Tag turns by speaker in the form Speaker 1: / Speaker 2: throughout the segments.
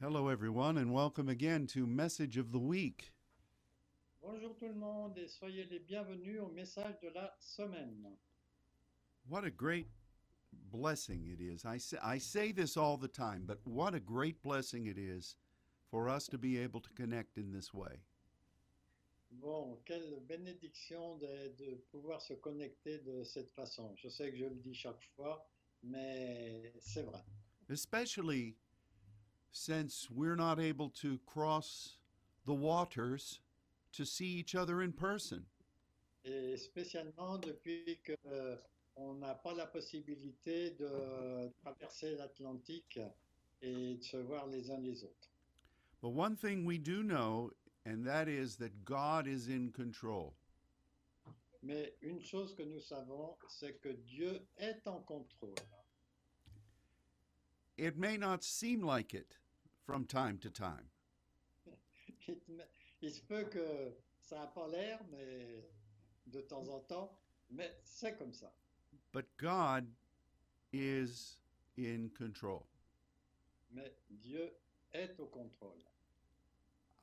Speaker 1: Hello, everyone, and welcome again to Message of the Week.
Speaker 2: Bonjour tout le monde et soyez les bienvenus au message de la semaine.
Speaker 1: What a great blessing it is. I say, I say this all the time, but what a great blessing it is for us to be able to connect in this way.
Speaker 2: Bon, quelle bénédiction de, de pouvoir se connecter de cette façon. Je sais que je le dis chaque fois, mais c'est vrai.
Speaker 1: especially since we're not able to cross the waters to see each other in person.
Speaker 2: Et spécialement depuis que euh, on n'a pas la possibilité de traverser l'Atlantique et de se voir les uns les autres.
Speaker 1: But one thing we do know, and that is that God is in control.
Speaker 2: Mais une chose que nous savons, c'est que Dieu est en contrôle.
Speaker 1: It may not seem like it from time to time,
Speaker 2: Il, te- il se peut que ça n'a pas l'air, mais de temps en temps, mais c'est comme ça.
Speaker 1: but God is in control.
Speaker 2: Mais Dieu est au contrôle.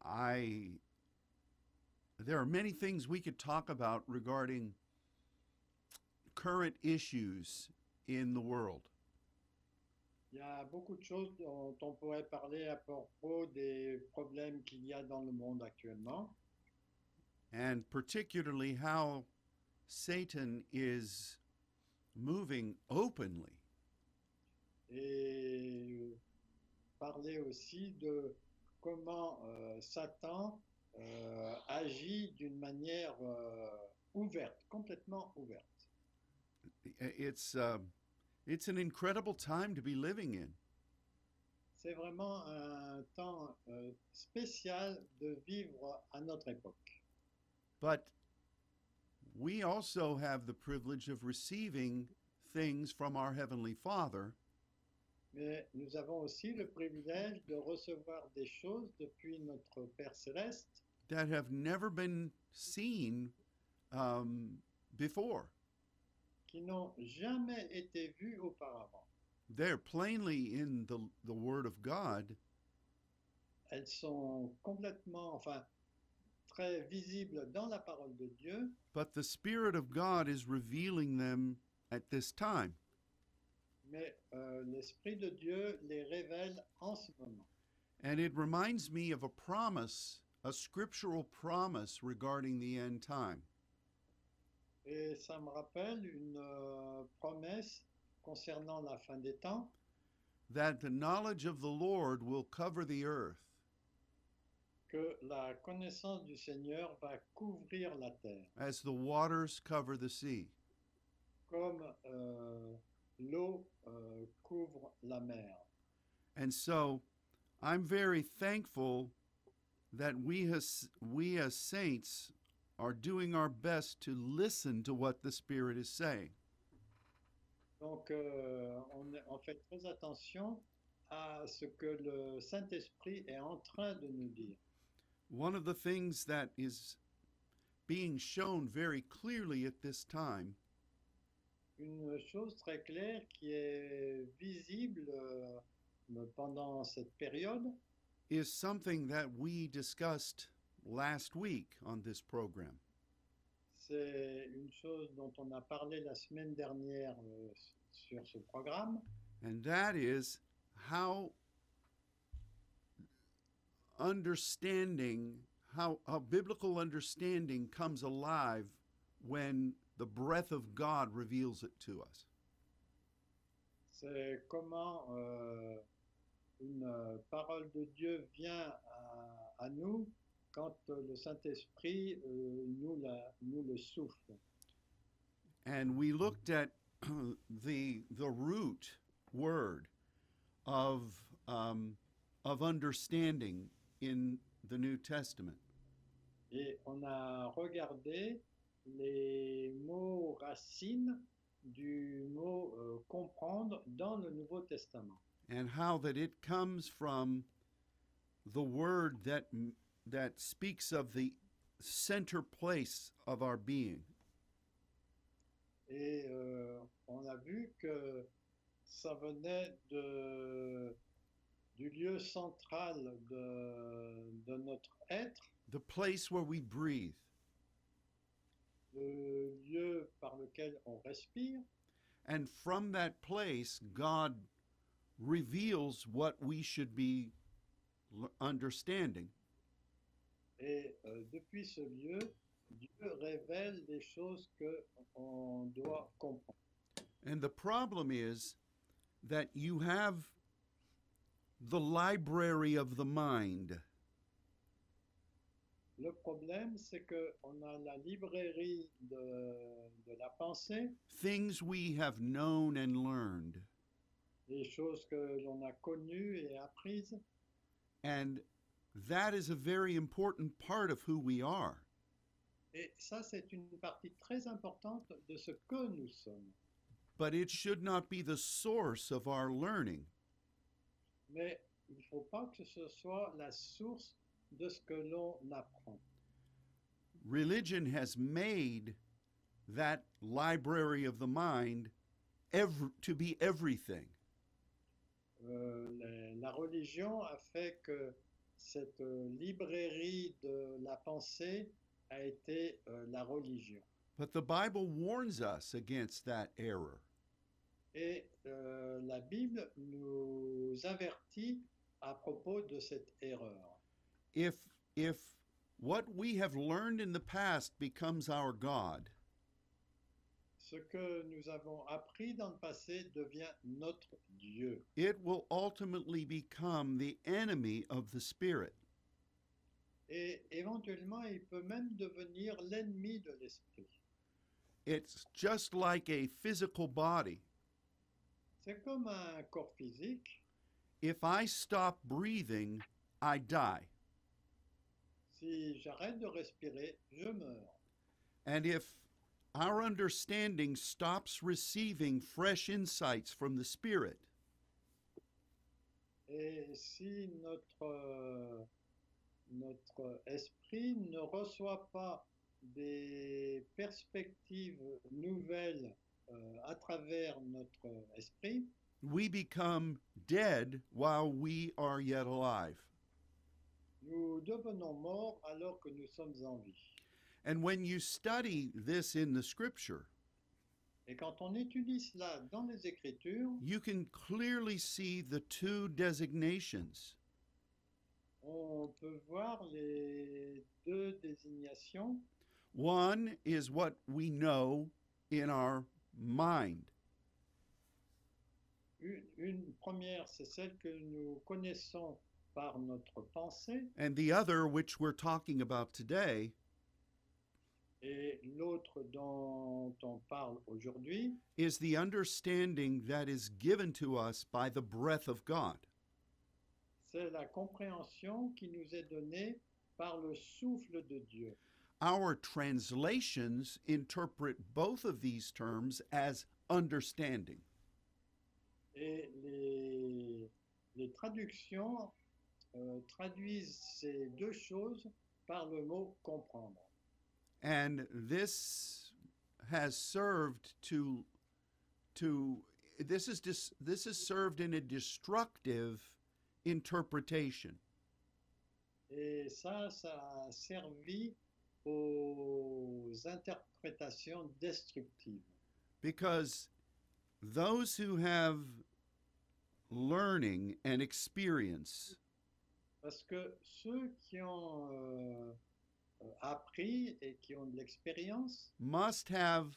Speaker 1: I there are many things we could talk about regarding current issues in the world.
Speaker 2: Il y a beaucoup de choses dont on pourrait parler à propos des problèmes qu'il y a dans le monde actuellement,
Speaker 1: and particularly how Satan is moving openly
Speaker 2: et parler aussi de comment euh, Satan euh, agit d'une manière euh, ouverte, complètement ouverte.
Speaker 1: it's um it's an incredible time to be living in
Speaker 2: C'est vraiment un temps euh, spécial de vivre à notre époque.
Speaker 1: but we also have the privilege of receiving things from our heavenly father
Speaker 2: Mais nous avons aussi le privilège de recevoir des choses depuis notre Père céleste
Speaker 1: that have never been seen um, before
Speaker 2: qui n'ont jamais été vues auparavant.
Speaker 1: they're plainly in the, the word of god
Speaker 2: Elles sont complètement, enfin, très visibles dans la parole de Dieu,
Speaker 1: but the spirit of god is revealing them at this time
Speaker 2: mais euh, l'Esprit de Dieu les révèle en ce moment.
Speaker 1: And it reminds me of a promise, a scriptural promise regarding the end time.
Speaker 2: Et ça me rappelle une euh, promesse concernant la fin des temps.
Speaker 1: That the knowledge of the Lord will cover the earth,
Speaker 2: que la connaissance du Seigneur va couvrir la terre,
Speaker 1: as the waters cover the sea.
Speaker 2: comme euh, l'eau euh, couvre la mer.
Speaker 1: And so I'm very thankful that we as, we as saints are doing our best to listen to what the Spirit is saying.
Speaker 2: Donc, euh, on, on fait très attention à ce que le Saint-Esprit est en train de nous dire.
Speaker 1: One of the things that is being shown very clearly at this time
Speaker 2: Une chose très claire qui est visible euh, pendant cette période,
Speaker 1: is something that we discussed last week on this program.
Speaker 2: c'est une chose dont on a parlé la semaine dernière euh, sur ce programme,
Speaker 1: And that is how understanding, how, how biblical understanding comes alive when the breath of God reveals it to us.
Speaker 2: c'est comment euh, une euh, parole de Dieu vient à, à nous quand euh, le Saint-Esprit euh, nous, la- nous le souffle.
Speaker 1: And we looked at the, the root word of, um, of understanding in the New Testament.
Speaker 2: Et on a regardé les mots racines du mot euh, comprendre dans le Nouveau Testament.
Speaker 1: and how that it comes from the word that that speaks of the center place of our being
Speaker 2: Et euh, on a vu que ça venait de, du lieu central de, de notre être,
Speaker 1: the place where we breathe,
Speaker 2: le lieu par lequel on respire,
Speaker 1: and from that place, God reveals what we should be l- understanding.
Speaker 2: et euh, depuis ce lieu, Dieu révèle des choses que on doit comprendre.
Speaker 1: And the problem is that you have the library of the mind,
Speaker 2: Le problème, c'est que on a la librairie de, de la pensée,
Speaker 1: things we have known and learned,
Speaker 2: des choses que l'on a connues et apprises,
Speaker 1: and that is a very important part of who we are.
Speaker 2: et ça, c'est une partie très importante de ce que nous sommes.
Speaker 1: But it should not be the source of our learning.
Speaker 2: Mais il ne faut pas que ce soit la source de ce que l'on apprend.
Speaker 1: Religion has made that library of the mind ev- to be everything.
Speaker 2: Euh, la, la religion a fait que cette euh, librairie de la pensée a été euh, la religion.
Speaker 1: But the Bible warns us against that error.
Speaker 2: Et euh, la Bible nous avertit à propos de cette erreur.
Speaker 1: If if what we have learned in the past becomes our god,
Speaker 2: Ce que nous avons appris dans le passé devient notre Dieu.
Speaker 1: it will ultimately become the enemy of the spirit.
Speaker 2: Et éventuellement, il peut même devenir l'ennemi de l'esprit.
Speaker 1: It's just like a physical body.
Speaker 2: C'est comme un corps physique.
Speaker 1: If I stop breathing, I die.
Speaker 2: Si j'arrête de respirer, je meurs.
Speaker 1: And if our understanding stops receiving fresh insights from the Spirit,
Speaker 2: Et si notre, euh, notre esprit ne reçoit pas des perspectives nouvelles euh, à travers notre esprit,
Speaker 1: we become dead while we are yet alive.
Speaker 2: nous devenons morts alors que nous sommes en vie.
Speaker 1: And when you study this in the scripture,
Speaker 2: Et quand on étudie cela dans les Écritures,
Speaker 1: you can clearly see the two designations.
Speaker 2: on peut voir les deux désignations.
Speaker 1: One is what we know in our mind,
Speaker 2: Une, une première, c'est celle que nous connaissons par notre pensée,
Speaker 1: and the other, which we're talking about today,
Speaker 2: et l'autre dont on parle aujourd'hui,
Speaker 1: is the understanding that is given to us by the breath of God.
Speaker 2: c'est la compréhension qui nous est donnée par le souffle de Dieu.
Speaker 1: Our translations interpret both of these terms as understanding.
Speaker 2: Et les, les traductions euh, traduisent ces deux choses par le mot comprendre.
Speaker 1: And this has served to to this is dis, this is served in a destructive interpretation.
Speaker 2: Et ça, ça a servi aux interprétations destructives.
Speaker 1: because those who have learning and experience
Speaker 2: Parce que ceux qui ont euh, euh, appris et qui ont de l'expérience
Speaker 1: must have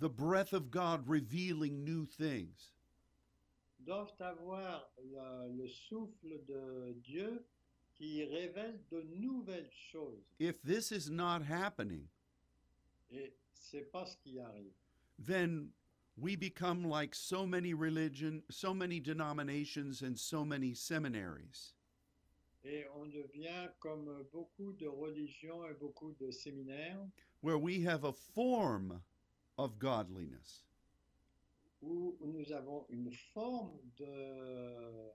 Speaker 1: the breath of God revealing new things.
Speaker 2: doivent avoir la- le souffle de Dieu qui révèle de nouvelles choses.
Speaker 1: If this is not happening,
Speaker 2: Et c'est pas ce qui arrive.
Speaker 1: then we become like so many religion, so many denominations and so many seminaries.
Speaker 2: Et on devient comme beaucoup de religions et beaucoup de séminaires
Speaker 1: Where we have a form of godliness,
Speaker 2: où nous avons une forme de,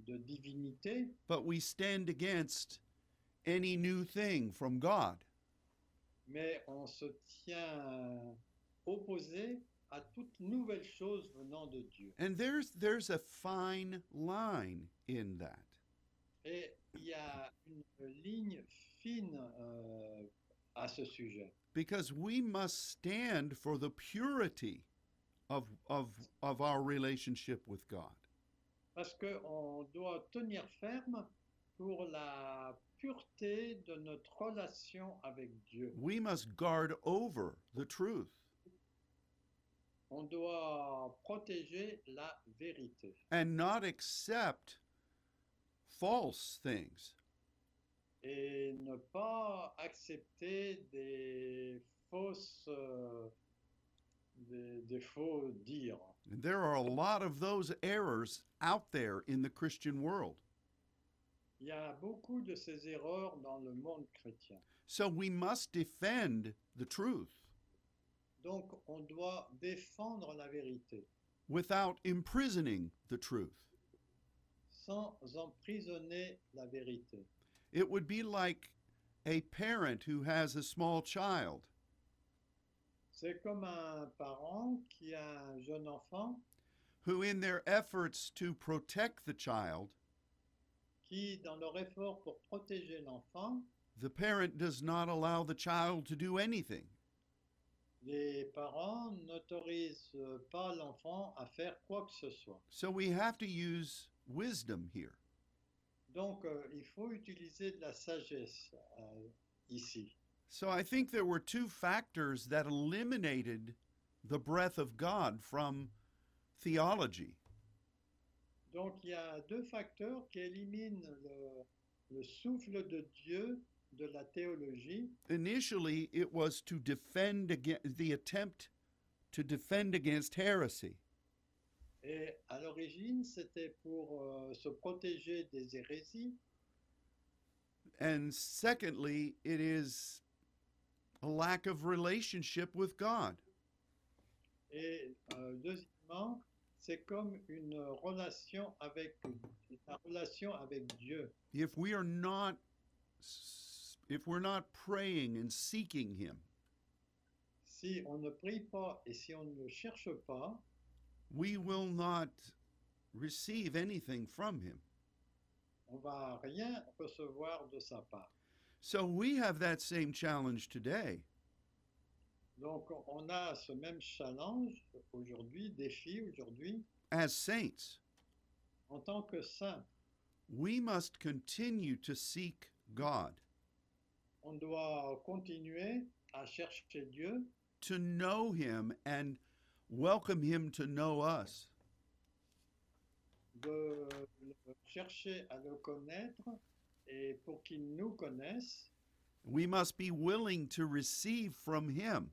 Speaker 2: de divinité,
Speaker 1: but we stand against any new thing from God.
Speaker 2: mais on se tient opposé à toute nouvelle chose venant de Dieu.
Speaker 1: And there's, there's a fine line in that.
Speaker 2: Et il y a une ligne fine euh, à ce sujet.
Speaker 1: because we must stand for the purity of, of, of our relationship with God.
Speaker 2: Parce qu'on doit tenir ferme pour la pureté de notre relation avec Dieu.
Speaker 1: We must guard over the truth.
Speaker 2: On doit protéger la vérité
Speaker 1: and not accept false things.
Speaker 2: et ne pas accepter des fausses, euh, des, des faux dires.
Speaker 1: And there are a lot of those errors out there in the Christian world.
Speaker 2: Il y a beaucoup de ces erreurs dans le monde chrétien.
Speaker 1: So we must defend the truth
Speaker 2: Donc on doit défendre la vérité
Speaker 1: without imprisoning the truth.
Speaker 2: sans emprisonner la vérité.
Speaker 1: It would be like a parent who has a small child
Speaker 2: C'est comme un parent qui a un jeune enfant
Speaker 1: who, in their efforts to protect the child,
Speaker 2: qui, dans leur effort pour protéger l'enfant,
Speaker 1: the parent does not allow the child to do anything.
Speaker 2: les parents n'autorisent pas l'enfant à faire quoi que ce soit.
Speaker 1: So we have to use wisdom here.
Speaker 2: Donc euh, il faut utiliser de la sagesse euh, ici.
Speaker 1: So I think there were two factors that eliminated the breath of God from theology.
Speaker 2: Donc il y a deux facteurs qui éliminent le- le souffle de Dieu de la théologie.
Speaker 1: Initially, it was to defend against the attempt to defend against heresy.
Speaker 2: Et à l'origine, c'était pour euh, se protéger des hérésies.
Speaker 1: And secondly, it is a lack of relationship with God.
Speaker 2: Et euh, deuxièmement, c'est comme une relation avec la relation avec Dieu.
Speaker 1: If we are not s- if we're not praying and seeking him,
Speaker 2: Si on ne prie pas et si on ne le cherche pas,
Speaker 1: we will not receive anything from him.
Speaker 2: on va rien recevoir de sa part.
Speaker 1: So we have that same challenge today.
Speaker 2: Donc on a ce même challenge aujourd'hui, défi aujourd'hui,
Speaker 1: As saints,
Speaker 2: en tant que saint.
Speaker 1: we must continue to seek God,
Speaker 2: On doit continuer à chercher Dieu,
Speaker 1: to know him and welcome him to know us.
Speaker 2: de le chercher à le connaître et pour qu'il nous connaisse,
Speaker 1: We must be willing to receive from him.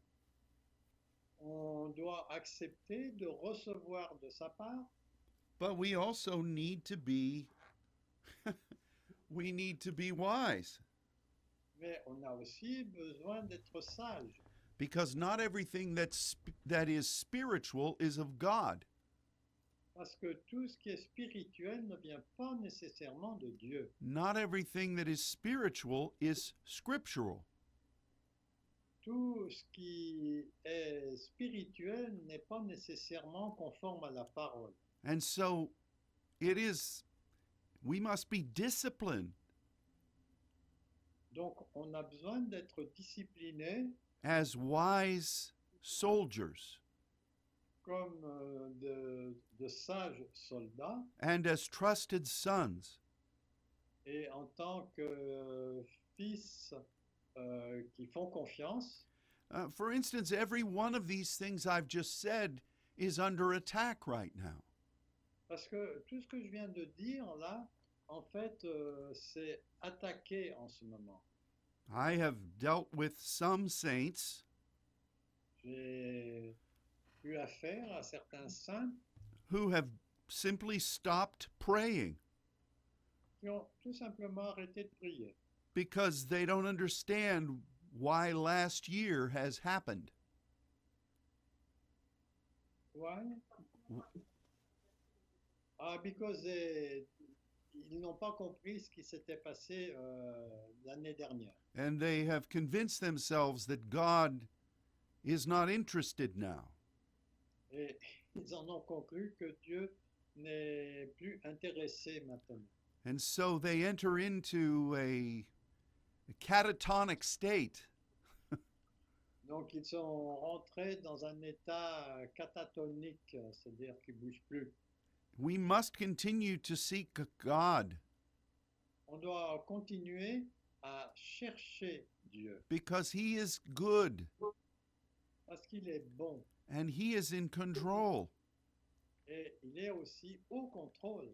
Speaker 2: on doit accepter de recevoir de sa part,
Speaker 1: But we also need to be we need to be wise
Speaker 2: mais on a aussi besoin d'être sage,
Speaker 1: because not everything that's sp- that is spiritual is of God.
Speaker 2: parce que tout ce qui est spirituel ne vient pas nécessairement de Dieu.
Speaker 1: Not everything that is spiritual is scriptural.
Speaker 2: Tout ce qui est spirituel n'est pas nécessairement conforme à la parole.
Speaker 1: And so it is, we must be disciplined
Speaker 2: Donc on a besoin d'être discipliné
Speaker 1: as wise soldiers
Speaker 2: comme euh, de, de sages soldats
Speaker 1: and as trusted sons
Speaker 2: et en tant que euh, fils euh, qui font confiance.
Speaker 1: Uh, for instance, every one of these things I've just said is under attack right now.
Speaker 2: Parce que tout ce que je viens de dire là, en fait, euh, c'est attaqué en ce moment.
Speaker 1: I have dealt with some saints
Speaker 2: J'ai eu affaire à certains saints
Speaker 1: who have simply stopped praying
Speaker 2: qui ont tout simplement arrêté de prier
Speaker 1: because they don't understand why last year has happened.
Speaker 2: Why? Ah, because they- ils n'ont pas compris ce qui s'était passé euh, l'année dernière.
Speaker 1: And they have convinced themselves that God is not interested now.
Speaker 2: Et ils en ont conclu que Dieu n'est plus intéressé maintenant.
Speaker 1: And so they enter into a, a catatonic state.
Speaker 2: Donc ils sont rentrés dans un état euh, catatonique, euh, c'est-à-dire qu'ils ne bougent plus.
Speaker 1: We must continue to seek God
Speaker 2: On doit continuer à chercher Dieu
Speaker 1: because He is good
Speaker 2: parce qu'il est bon
Speaker 1: and He is in control.
Speaker 2: et il est aussi au contrôle.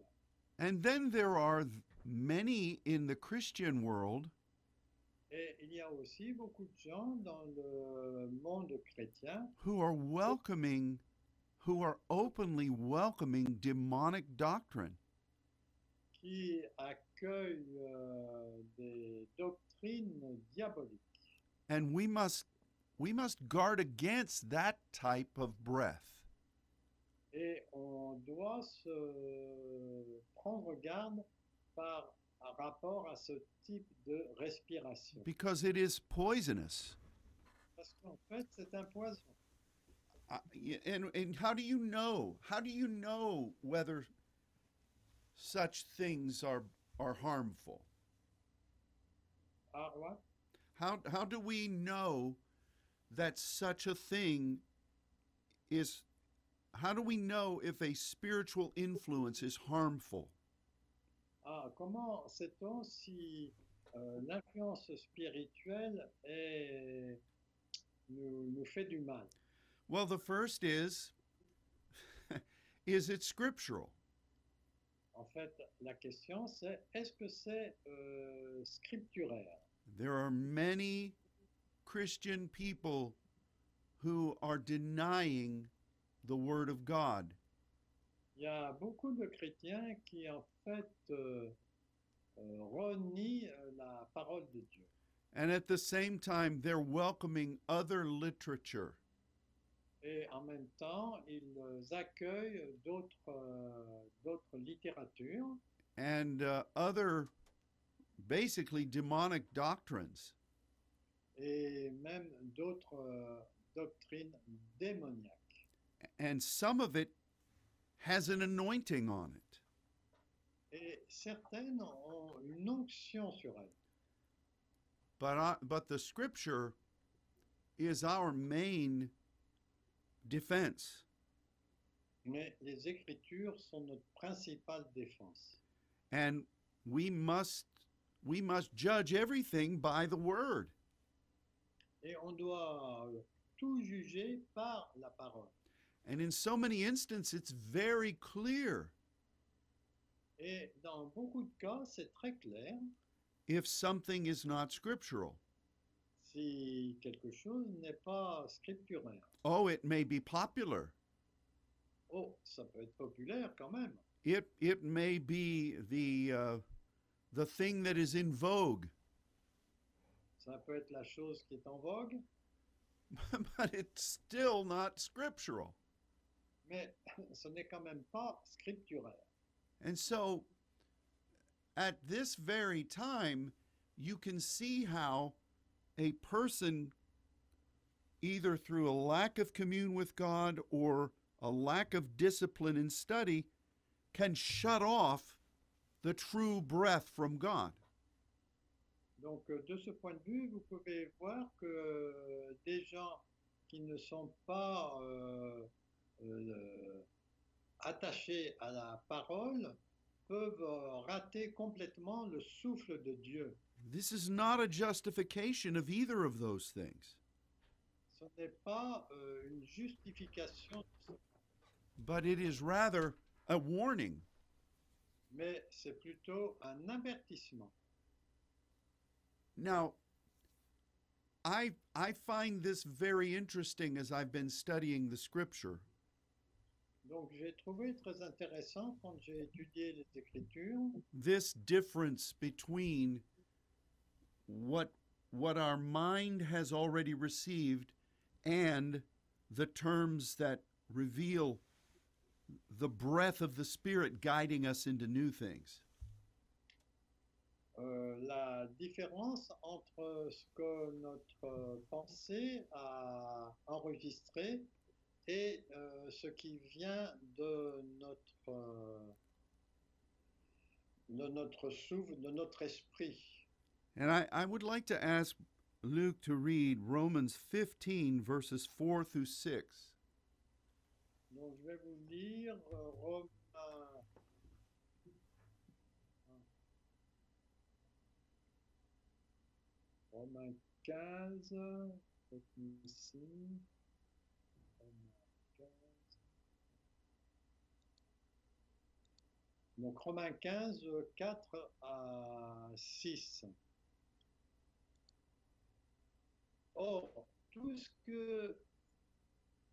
Speaker 1: And then there are th- many in the Christian world
Speaker 2: Et il y a aussi beaucoup de gens dans le monde chrétien
Speaker 1: who are welcoming, who are openly welcoming demonic doctrine.
Speaker 2: qui accueillent euh, des doctrines diaboliques.
Speaker 1: And we must, we must guard against that type of breath.
Speaker 2: Et on doit se prendre garde par par rapport à ce type de respiration.
Speaker 1: because it is poisonous.
Speaker 2: Parce qu'en fait, c'est un poison.
Speaker 1: I- Uh, y- And, and how do you know? How do you know whether such things are, are harmful?
Speaker 2: Ah ouais?
Speaker 1: How, how do we know that such a thing is, how do we know if a spiritual influence is harmful?
Speaker 2: Ah, comment sait-on si euh, l'influence spirituelle est- nous, nous fait du mal
Speaker 1: Well, the first is, is it scriptural?
Speaker 2: En fait, la question c'est est-ce que c'est euh, scripturaire
Speaker 1: There are many Christian people who are denying the Word of God.
Speaker 2: Il y a beaucoup de chrétiens qui en fait euh, euh, renient euh, la parole de Dieu.
Speaker 1: And at the same time, they're welcoming other literature.
Speaker 2: Et en même temps, ils accueillent d'autres euh, d'autres littératures
Speaker 1: And uh, other basically demonic doctrines.
Speaker 2: et même d'autres euh, doctrines démoniaques.
Speaker 1: And some of it has an anointing on it.
Speaker 2: Et certaines ont une onction sur elles.
Speaker 1: But, I, but the scripture is our main defense.
Speaker 2: Mais les Écritures sont notre principale défense.
Speaker 1: and we must we must judge everything by the word
Speaker 2: Et on doit euh, tout juger par la parole.
Speaker 1: and in so many instances it's very clear
Speaker 2: Et dans beaucoup de cas, c'est très clair
Speaker 1: if something is not scriptural
Speaker 2: si quelque chose n'est pas scripturaire.
Speaker 1: oh it may be popular
Speaker 2: Oh, ça peut être populaire quand même.
Speaker 1: it it may be the uh, the thing that is in vogue
Speaker 2: Ça peut être la chose qui est en vogue,
Speaker 1: but it's still not scriptural
Speaker 2: mais ce n'est quand même pas scripturaire.
Speaker 1: and so at this very time you can see how a person either through a lack of commune with God or a lack of discipline and study can shut off the true breath from God.
Speaker 2: Donc, euh, de ce point de vue, vous pouvez voir que euh, des gens qui ne sont pas euh, euh, attachés à la parole peuvent euh, rater complètement le souffle de Dieu.
Speaker 1: This is not a justification of either of those things,
Speaker 2: Ce n'est pas euh, une justification,
Speaker 1: but it is rather a warning.
Speaker 2: mais c'est plutôt un avertissement.
Speaker 1: Now, I I find this very interesting as I've been studying the scripture
Speaker 2: Donc, j'ai trouvé très intéressant quand j'ai étudié les Écritures.
Speaker 1: this difference between what what our mind has already received and the terms that reveal the breath of the spirit guiding us into new things
Speaker 2: euh, la différence entre ce que notre euh, pensée a enregistré et euh, ce qui vient de notre, euh, de notre souffle, de notre esprit.
Speaker 1: And I, I would like to ask Luke to read Romans 15, verses 4 through 6.
Speaker 2: Donc je vais vous lire euh, Romains. Romains 15, c'est ici. Romains 15. Donc Romains 15, 4 à 6. Or, Oh, tout ce que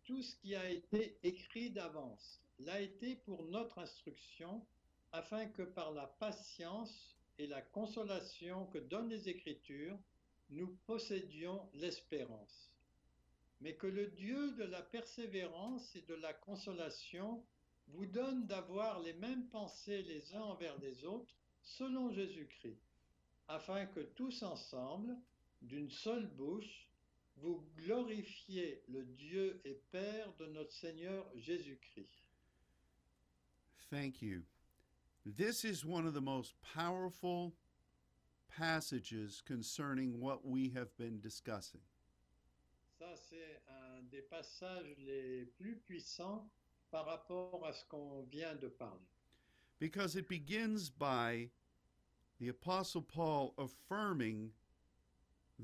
Speaker 2: tout ce qui a été écrit d'avance l'a été pour notre instruction, afin que par la patience et la consolation que donnent les Écritures, nous possédions l'espérance. Mais que le Dieu de la persévérance et de la consolation vous donne d'avoir les mêmes pensées les uns envers les autres, selon Jésus-Christ, afin que tous ensemble, d'une seule bouche, vous glorifiez le Dieu et Père de notre Seigneur Jésus-Christ.
Speaker 1: Thank you. This is one of the most powerful passages concerning what we have been discussing.
Speaker 2: Ça, c'est un des passages les plus puissants par rapport à ce qu'on vient de parler.
Speaker 1: Because it begins by the Apostle Paul affirming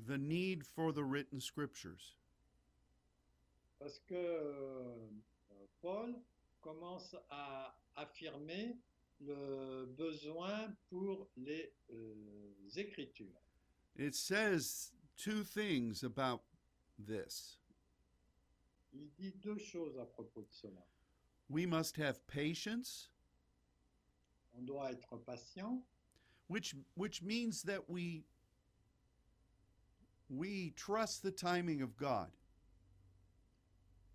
Speaker 1: the need for the written scriptures.
Speaker 2: Parce que euh, Paul commence à affirmer le besoin pour les euh, Écritures.
Speaker 1: It says two things about this
Speaker 2: Il dit deux choses à propos de cela.
Speaker 1: we must have patience,
Speaker 2: On doit être patient,
Speaker 1: which, which means that we, we trust the timing of God.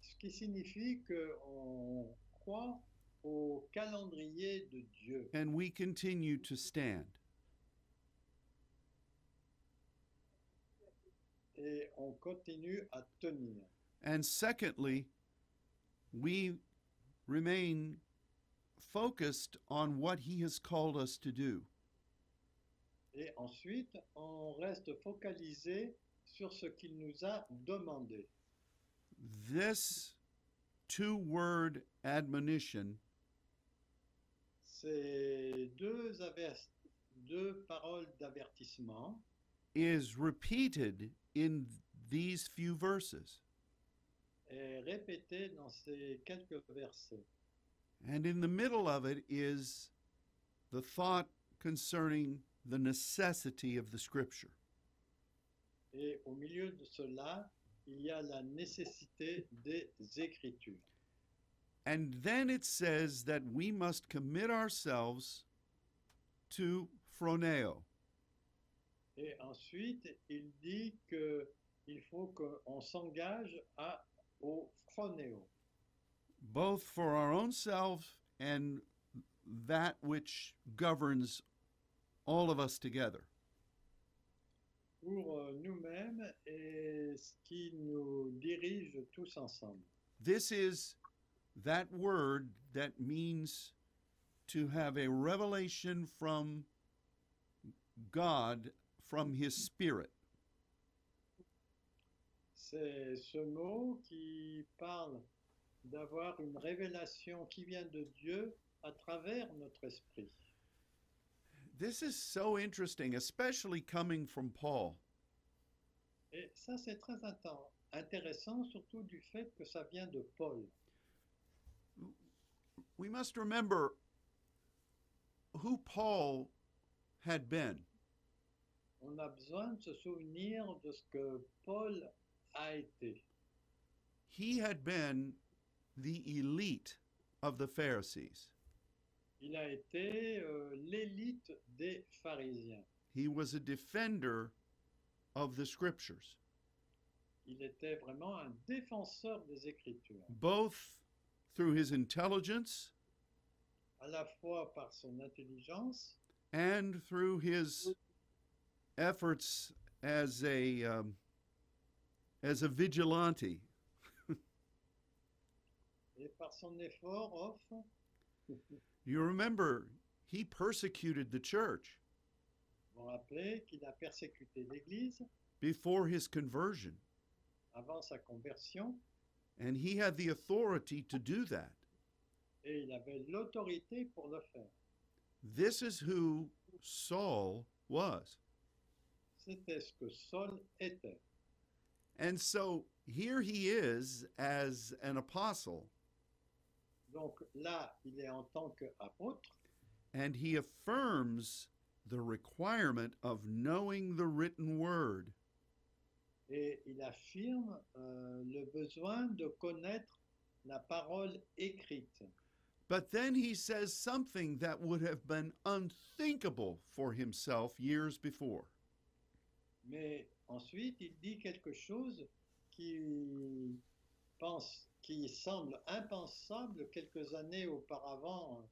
Speaker 2: ce qui signifie qu'on croit au calendrier de Dieu
Speaker 1: and we continue to stand.
Speaker 2: et on continue à tenir.
Speaker 1: And secondly, we remain focused on what He has called us to do.
Speaker 2: Et ensuite, on reste focalisé sur ce qu'il nous a demandé.
Speaker 1: This two word admonition
Speaker 2: Ces deux, averti- deux paroles d'avertissement
Speaker 1: is repeated in these few verses.
Speaker 2: est répétée dans ces quelques versets.
Speaker 1: And in the middle of it is the thought concerning the necessity of the Scripture.
Speaker 2: Et au milieu de cela, il y a la nécessité des Écritures.
Speaker 1: And then it says that we must commit ourselves to phroneo.
Speaker 2: Et ensuite, il dit que il faut qu'on s'engage à au phronéo,
Speaker 1: both for our own selves and that which governs all of us together.
Speaker 2: pour euh, nous-mêmes et ce qui nous dirige tous ensemble.
Speaker 1: This is that word that means to have a revelation from God, from His Spirit.
Speaker 2: C'est ce mot qui parle d'avoir une révélation qui vient de Dieu à travers notre esprit.
Speaker 1: This is so interesting, especially coming from Paul,
Speaker 2: Et ça, c'est très inten- intéressant, surtout du fait que ça vient de Paul.
Speaker 1: we must remember who Paul had been.
Speaker 2: On a besoin de se souvenir de ce que Paul a été.
Speaker 1: He had been the elite of the Pharisees.
Speaker 2: Il a été euh, l'élite des pharisiens.
Speaker 1: He was a defender of the scriptures,
Speaker 2: Il était vraiment un défenseur des Écritures,
Speaker 1: both through his intelligence
Speaker 2: à la fois par son intelligence
Speaker 1: and through his efforts as a um, as a vigilante.
Speaker 2: et par son effort offre,
Speaker 1: You remember, he persecuted the church
Speaker 2: vous rappelez qu'il a persécuté l'Église
Speaker 1: before his conversion,
Speaker 2: avant sa conversion
Speaker 1: and he had the authority to do that.
Speaker 2: et il avait l'autorité pour le faire.
Speaker 1: This is who Saul was.
Speaker 2: C'était ce que Saul était.
Speaker 1: And so here he is as an apostle,
Speaker 2: Donc là, il est en tant qu'apôtre
Speaker 1: and he affirms the requirement of knowing the written word.
Speaker 2: et il affirme euh, le besoin de connaître la parole écrite.
Speaker 1: But then he says something that would have been unthinkable for himself years before.
Speaker 2: Mais ensuite, il dit quelque chose qui, pense, qui semble impensable quelques années auparavant.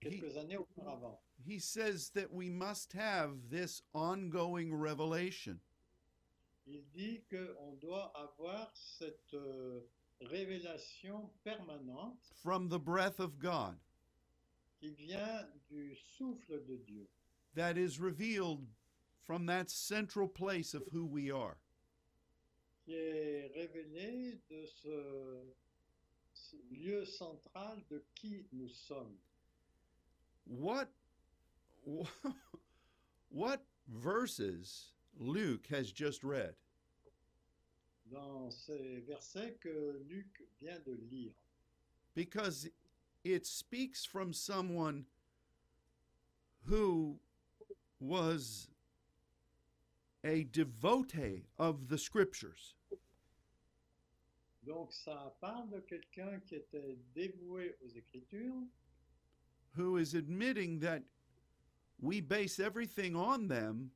Speaker 2: Quelques années auparavant.
Speaker 1: He says that we must have this ongoing revelation.
Speaker 2: Il dit qu'on doit avoir cette euh, révélation permanente
Speaker 1: from the breath of God
Speaker 2: qui vient du souffle de Dieu,
Speaker 1: that is revealed from that central place of who we are.
Speaker 2: qui est révélée de ce, ce lieu central de qui nous sommes.
Speaker 1: What what verses Luke has just read
Speaker 2: Dans ces versets que Luc vient de lire.
Speaker 1: because it speaks from someone who was a devotee of the scriptures.
Speaker 2: Donc ça parle de quelqu'un qui était dévoué aux Écritures,
Speaker 1: who is admitting that we base everything on them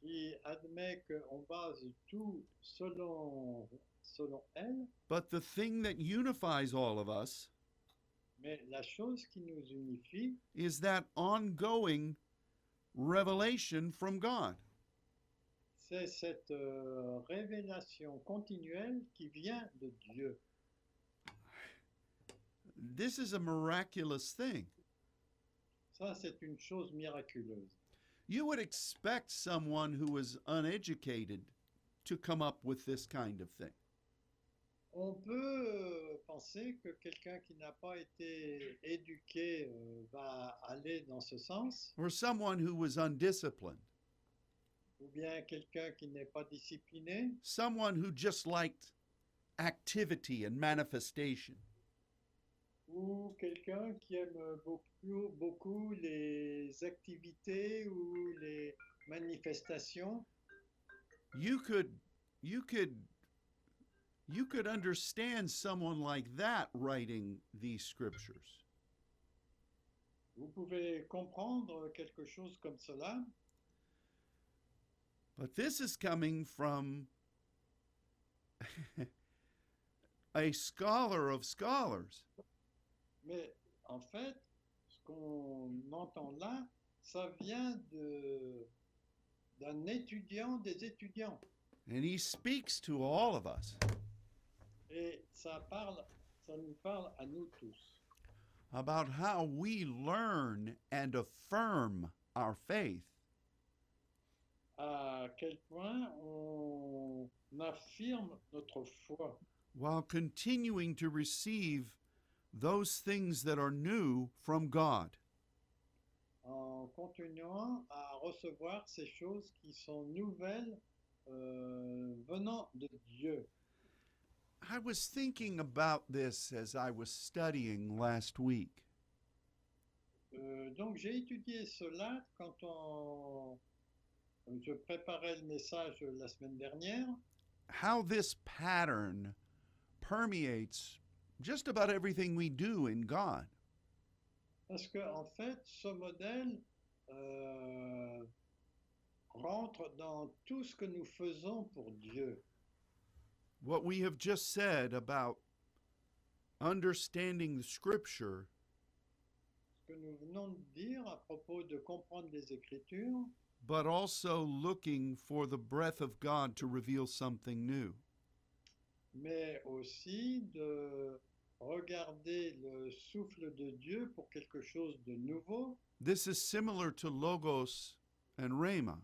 Speaker 2: qui admet qu'on base tout selon, selon elle,
Speaker 1: But the thing that unifies all of us
Speaker 2: mais la chose qui nous unifie,
Speaker 1: is that ongoing revelation from God.
Speaker 2: c'est cette euh, révélation continuelle qui vient de Dieu.
Speaker 1: This is a miraculous thing.
Speaker 2: Ça, c'est une chose miraculeuse.
Speaker 1: You would expect someone who is uneducated to come up with this kind of thing.
Speaker 2: On peut euh, penser que quelqu'un qui n'a pas été éduqué euh, va aller dans ce sens,
Speaker 1: Or someone who was undisciplined,
Speaker 2: ou bien quelqu'un qui n'est pas discipliné,
Speaker 1: someone who just liked activity and manifestation.
Speaker 2: ou quelqu'un qui aime beaucoup, beaucoup les activités ou les manifestations.
Speaker 1: You could you could you could understand someone like that writing these scriptures.
Speaker 2: Vous pouvez comprendre quelque chose comme cela,
Speaker 1: But this is coming from a scholar of scholars.
Speaker 2: mais en fait, ce qu'on entend là, ça vient de- d'un étudiant des étudiants.
Speaker 1: And he speaks to all of us
Speaker 2: Et ça parle, ça nous parle à nous tous.
Speaker 1: about how we learn and affirm our faith
Speaker 2: À quel point on affirme notre foi
Speaker 1: while continuing to receive those things that are new from God.
Speaker 2: en continuant à recevoir ces choses qui sont nouvelles euh, venant de Dieu.
Speaker 1: I was thinking about this as I was studying last week.
Speaker 2: Euh, donc j'ai étudié cela quand on, je préparais le message la semaine dernière,
Speaker 1: how this pattern permeates just about everything we do in God.
Speaker 2: parce que en fait ce modèle euh, rentre dans tout ce que nous faisons pour Dieu.
Speaker 1: What we have just said about understanding the scripture
Speaker 2: Ce que nous venons de dire à propos de comprendre les Écritures,
Speaker 1: but also looking for the breath of God to reveal something new.
Speaker 2: mais aussi de regarder le souffle de Dieu pour quelque chose de nouveau,
Speaker 1: This is similar to logos and rhema.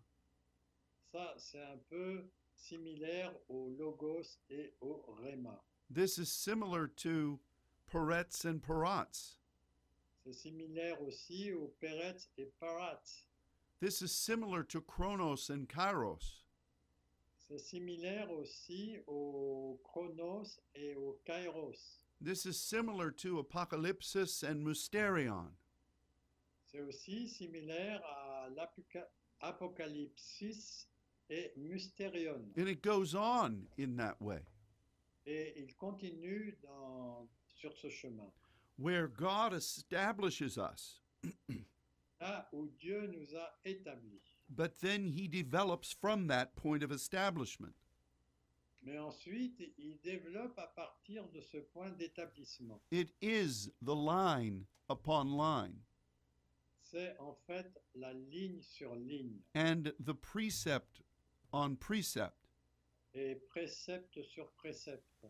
Speaker 2: ça c'est un peu similaire au logos et au rhéma.
Speaker 1: This is similar to parets and parats.
Speaker 2: C'est similaire aussi au Peretz et Parat.
Speaker 1: This is similar to chronos and kairos.
Speaker 2: C'est similaire aussi au Chronos et au Kairos.
Speaker 1: This is similar to apocalypsis and mysterion.
Speaker 2: C'est aussi similaire à l'Apocalypse et Mysterion.
Speaker 1: And it goes on in that way,
Speaker 2: Et il continue dans- sur ce chemin.
Speaker 1: where God establishes us,
Speaker 2: Là où Dieu nous a établis.
Speaker 1: but then he develops from that point of establishment.
Speaker 2: Mais ensuite, il développe à partir de ce point d'établissement.
Speaker 1: It is the line upon line
Speaker 2: C'est en fait la ligne sur ligne
Speaker 1: and the precept on precept.
Speaker 2: et précepte sur précepte.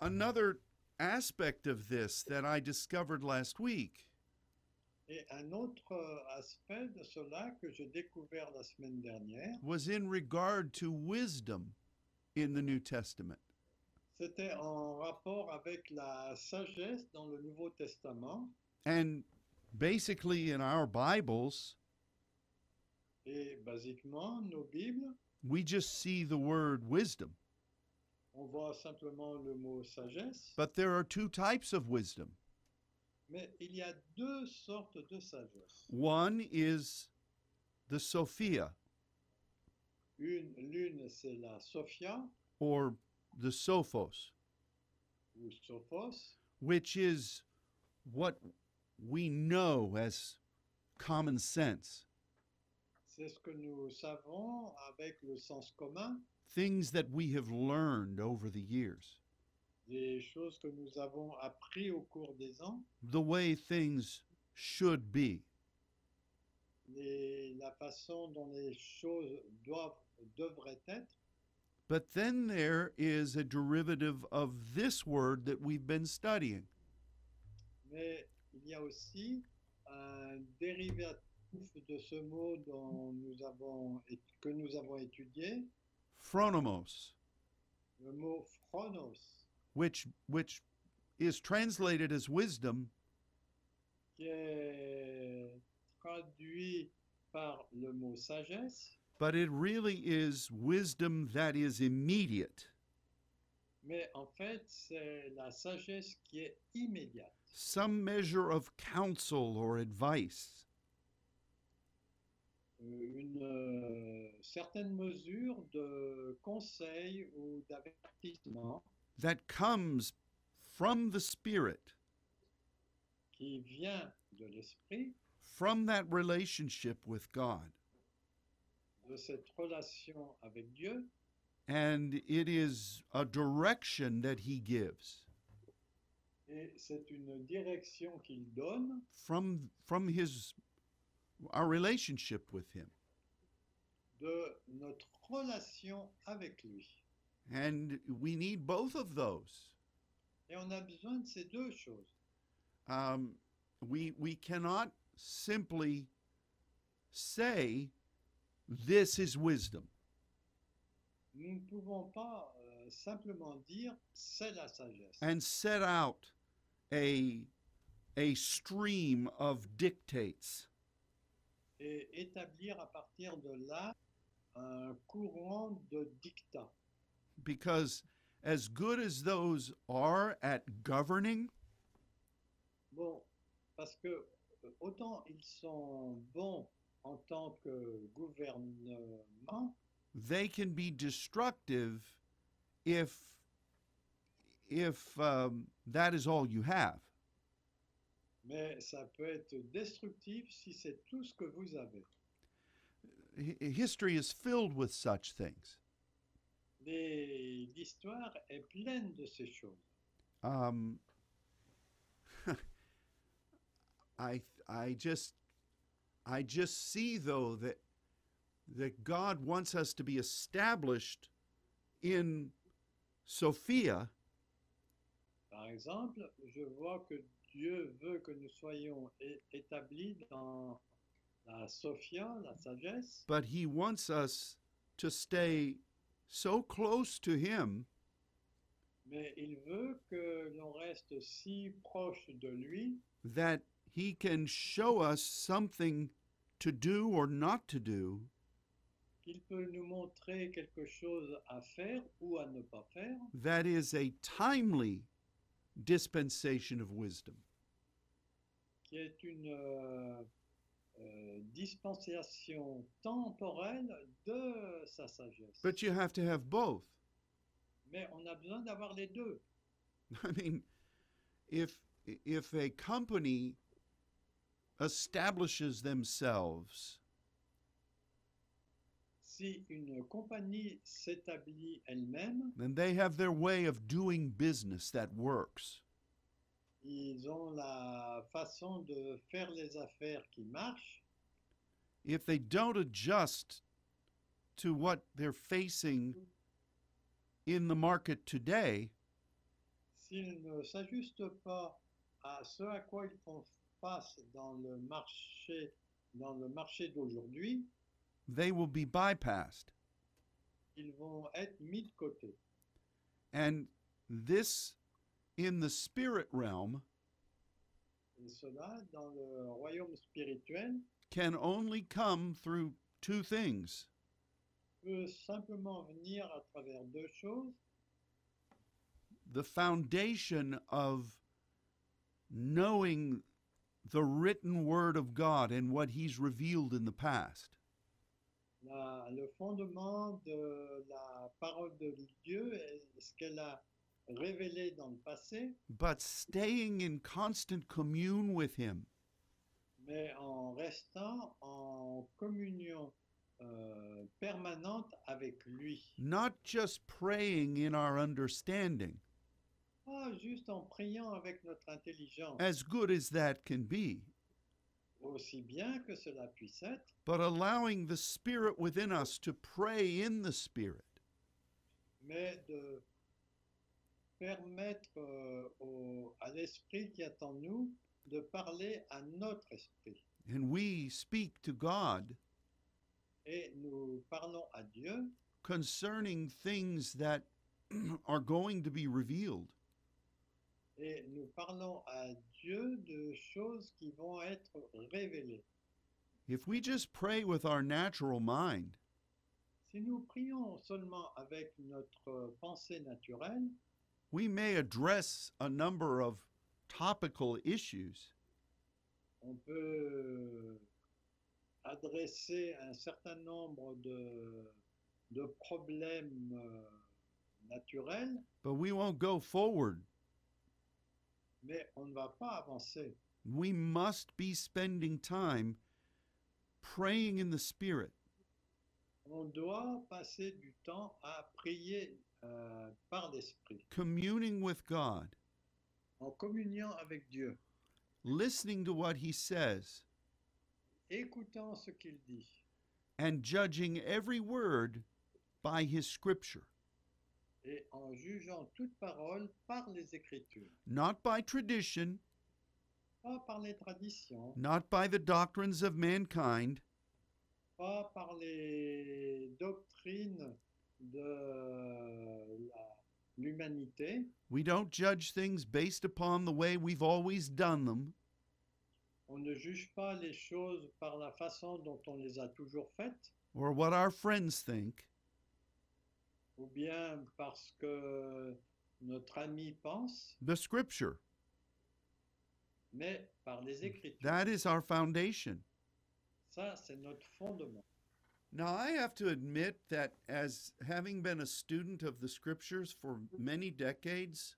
Speaker 1: Another aspect of this that I discovered last week
Speaker 2: Et un autre aspect de cela que j'ai découvert la semaine dernière,
Speaker 1: was in regard to wisdom in the New Testament.
Speaker 2: c'était en rapport avec la sagesse dans le Nouveau Testament
Speaker 1: And basically, in our Bibles,
Speaker 2: et basiquement nos Bibles,
Speaker 1: we just see the word wisdom.
Speaker 2: on voit simplement le mot sagesse,
Speaker 1: But there are two types of wisdom
Speaker 2: mais il y a deux sortes de sagesse.
Speaker 1: one is the Sophia,
Speaker 2: Une, l'une c'est la Sophia
Speaker 1: or the Sophos,
Speaker 2: ou Sophos,
Speaker 1: which is what we know as common sense,
Speaker 2: c'est ce que nous savons avec le sens commun,
Speaker 1: things that we have learned over the years,
Speaker 2: des choses que nous avons appris au cours des ans.
Speaker 1: the way things should be.
Speaker 2: les- la façon dont les choses doivent, devraient être.
Speaker 1: But then there is a derivative of this word that we've been studying.
Speaker 2: Mais il y a aussi un dérivatif de ce mot dont nous avons, é- que nous avons étudié,
Speaker 1: phronimos,
Speaker 2: le mot phronos,
Speaker 1: which which is translated as wisdom,
Speaker 2: qui est traduit par le mot sagesse,
Speaker 1: but it really is wisdom that is immediate,
Speaker 2: mais en fait c'est la sagesse qui est immédiate,
Speaker 1: some measure of counsel or advice.
Speaker 2: Euh, une euh, certaine mesure de conseil ou d'avertissement
Speaker 1: that comes from the spirit,
Speaker 2: qui vient de l'esprit,
Speaker 1: from that relationship with God,
Speaker 2: de cette relation avec Dieu,
Speaker 1: and it is a direction that he gives
Speaker 2: et c'est une direction qu'il donne
Speaker 1: from from his our relationship with him.
Speaker 2: de notre relation avec lui.
Speaker 1: And we need both of those.
Speaker 2: Et on a besoin de ces deux choses.
Speaker 1: um, we we cannot simply say this is wisdom
Speaker 2: Nous ne pouvons pas euh, simplement dire c'est la sagesse
Speaker 1: and set out a a stream of dictates
Speaker 2: et établir à partir de là un courant de dictat.
Speaker 1: because as good as those are at governing
Speaker 2: Bon, parce que euh, autant ils sont bons en tant que gouvernement,
Speaker 1: they can be destructive if if um, that is all you have
Speaker 2: Mais ça peut être destructif si c'est tout ce que vous avez.
Speaker 1: Hi- history is filled with such things
Speaker 2: Les- L'histoire est pleine de ces choses.
Speaker 1: Um, I I just I just see though that that God wants us to be established in Sophia
Speaker 2: Par Par exemple, je vois que Dieu veut que nous soyons é- établis dans la sophia, la sagesse,
Speaker 1: but He wants us to stay so close to Him
Speaker 2: mais il veut que l'on reste si proche de lui
Speaker 1: that He can show us something to do or not to do
Speaker 2: qu'il peut nous montrer quelque chose à faire ou à ne pas faire,
Speaker 1: that is a timely dispensation of wisdom.
Speaker 2: qui est une euh, euh, dispensation temporelle de sa sagesse.
Speaker 1: But you have to have both.
Speaker 2: Mais on a besoin d'avoir les deux.
Speaker 1: I mean, if if a company establishes themselves
Speaker 2: Si une compagnie s'établit elle-même,
Speaker 1: and they have their way of doing business that works,
Speaker 2: ils ont la façon de faire les affaires qui marchent.
Speaker 1: if they don't adjust to what they're facing in the market today,
Speaker 2: S'ils ne s'ajustent pas à ce à quoi ils font face dans le marché, dans le marché d'aujourd'hui,
Speaker 1: they will be bypassed.
Speaker 2: ils vont être mis de côté.
Speaker 1: And this in the spirit realm
Speaker 2: Et cela, dans le royaume spirituel,
Speaker 1: can only come through two things
Speaker 2: peut simplement venir à travers deux choses.
Speaker 1: the foundation of knowing the written word of God and what he's revealed in the past,
Speaker 2: la- le fondement de la parole de Dieu et ce qu'elle a révélé dans le passé,
Speaker 1: but staying in constant commune with him
Speaker 2: mais en restant en communion euh, permanente avec lui.
Speaker 1: not just praying in our understanding
Speaker 2: Pas juste en priant avec notre intelligence,
Speaker 1: as good as that can be
Speaker 2: aussi bien que cela puisse être,
Speaker 1: but allowing the spirit within us to pray in the spirit
Speaker 2: mais de permettre euh, au- à l'esprit qui est en nous de parler à notre esprit.
Speaker 1: and we speak to God
Speaker 2: Et nous parlons à Dieu
Speaker 1: concerning things that are going to be revealed
Speaker 2: et nous parlons à Dieu de choses qui vont être révélées.
Speaker 1: If we just pray with our natural mind,
Speaker 2: Si nous prions seulement avec notre euh, pensée naturelle,
Speaker 1: we may address a number of topical issues,
Speaker 2: on peut adresser un certain nombre de, de problèmes euh, naturels,
Speaker 1: but we won't go forward.
Speaker 2: mais on ne va pas avancer.
Speaker 1: We must be spending time praying in the Spirit.
Speaker 2: On doit passer du temps à prier euh, par l'esprit,
Speaker 1: Communing with God,
Speaker 2: en communiant avec Dieu,
Speaker 1: listening to what He says,
Speaker 2: écoutant ce qu'il dit.
Speaker 1: and judging every word by His Scripture,
Speaker 2: et en jugeant toute parole par les Écritures,
Speaker 1: not by tradition,
Speaker 2: pas par les traditions,
Speaker 1: not by the doctrines of mankind,
Speaker 2: pas par les doctrines de la- l'humanité.
Speaker 1: We don't judge things based upon the way we've always done them,
Speaker 2: On ne juge pas les choses par la façon dont on les a toujours faites,
Speaker 1: or what our friends think,
Speaker 2: ou bien parce que notre ami pense,
Speaker 1: the scripture.
Speaker 2: mais par les Écritures.
Speaker 1: That is our foundation.
Speaker 2: Ça, c'est notre fondement.
Speaker 1: Now, I have to admit that as having been a student of the scriptures for many decades,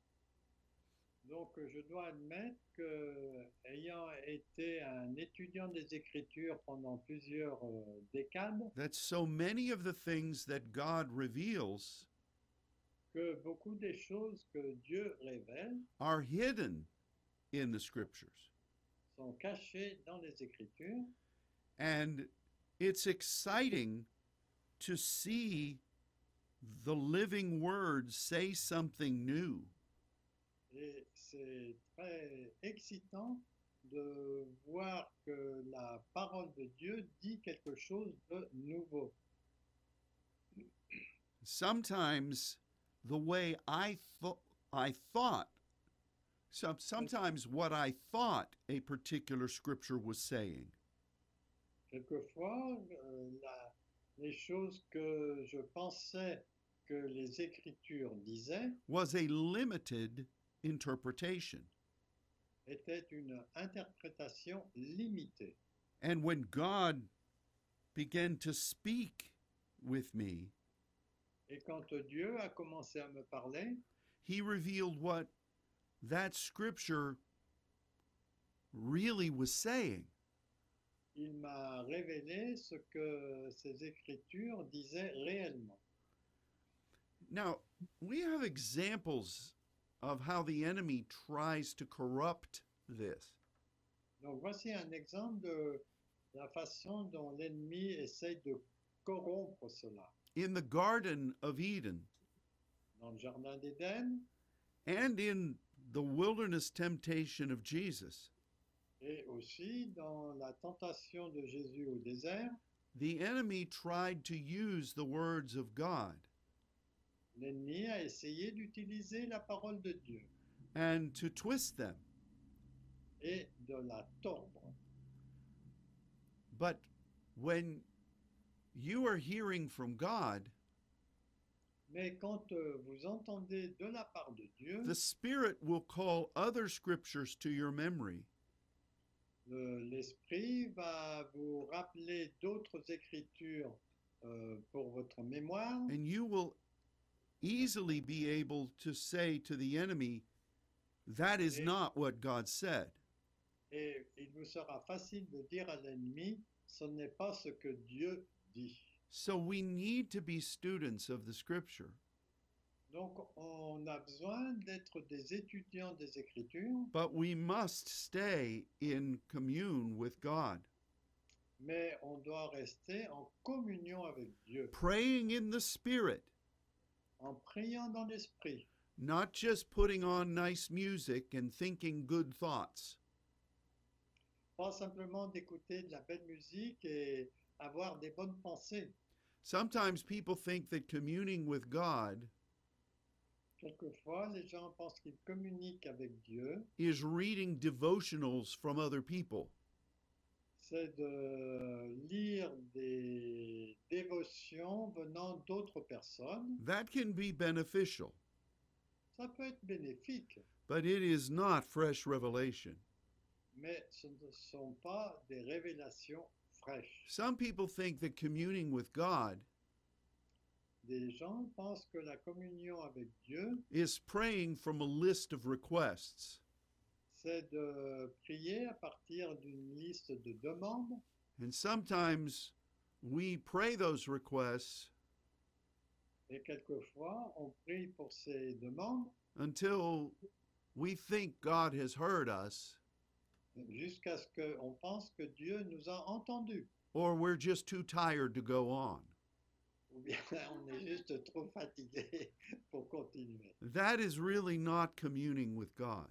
Speaker 2: Donc, je dois admettre que, ayant été un étudiant des Écritures pendant plusieurs euh, décades,
Speaker 1: that so many of the things that God reveals
Speaker 2: que beaucoup des choses que Dieu révèle
Speaker 1: are hidden in the scriptures.
Speaker 2: sont cachées dans les Écritures.
Speaker 1: And it's exciting to see the living word say something new.
Speaker 2: et c'est très excitant de voir que la parole de Dieu dit quelque chose de nouveau.
Speaker 1: Sometimes the way I thought I thought some, sometimes what I thought a particular scripture was saying
Speaker 2: Quelquefois, euh, la- les choses que je pensais que les Écritures disaient
Speaker 1: was a limited interpretation.
Speaker 2: étaient une interprétation limitée.
Speaker 1: And when God began to speak with me,
Speaker 2: Et quand Dieu a commencé à me parler,
Speaker 1: he revealed what that scripture really was saying.
Speaker 2: il m'a révélé ce que ces Écritures disaient réellement.
Speaker 1: Now, we have examples of how the enemy tries to corrupt this.
Speaker 2: Donc voici un exemple de la façon dont l'ennemi essaye de corrompre cela.
Speaker 1: In the Garden of Eden
Speaker 2: Dans le Jardin d'Éden
Speaker 1: and in the wilderness temptation of Jesus,
Speaker 2: et aussi dans la tentation de Jésus au désert,
Speaker 1: the enemy tried to use the words of God
Speaker 2: l'ennemi a essayé d'utiliser la parole de Dieu
Speaker 1: and to twist them.
Speaker 2: et de la tordre.
Speaker 1: But when you are hearing from God,
Speaker 2: Mais quand euh, vous entendez de la part de Dieu,
Speaker 1: the Spirit will call other scriptures to your memory
Speaker 2: le- euh, l'Esprit va vous rappeler d'autres écritures euh, pour votre mémoire
Speaker 1: and you will easily be able to say to the enemy, That is
Speaker 2: Okay.
Speaker 1: not what God said.
Speaker 2: et il vous sera facile de dire à l'ennemi, ce n'est pas ce que Dieu dit.
Speaker 1: So we need to be students of the scripture,
Speaker 2: Donc on a besoin d'être des étudiants des écritures.
Speaker 1: but we must stay in commune with God,
Speaker 2: mais on doit rester en communion avec Dieu,
Speaker 1: praying in the Spirit,
Speaker 2: en priant dans l'esprit,
Speaker 1: not just putting on nice music and thinking good thoughts.
Speaker 2: pas simplement d'écouter de la belle musique et avoir des bonnes pensées.
Speaker 1: Sometimes people think that communing with God
Speaker 2: Quelquefois, les gens pensent qu'ils communiquent avec Dieu,
Speaker 1: is reading devotionals from other people.
Speaker 2: c'est de lire des dévotions venant d'autres personnes.
Speaker 1: That can be beneficial,
Speaker 2: Ça peut être bénéfique,
Speaker 1: but it is not fresh revelation.
Speaker 2: mais ce ne sont pas des révélations fraîches.
Speaker 1: Some people think that communing with God
Speaker 2: Des gens pensent que la communion avec Dieu,
Speaker 1: is praying from a list of requests
Speaker 2: c'est de prier à partir d'une liste de demandes.
Speaker 1: And sometimes we pray those requests
Speaker 2: Et quelquefois, on prie pour ces demandes
Speaker 1: until we think God has heard us
Speaker 2: jusqu'à ce qu'on pense que Dieu nous a entendus.
Speaker 1: or we're just too tired to go on.
Speaker 2: Ou bien on est juste trop fatigué pour continuer.
Speaker 1: That is really not communing with God.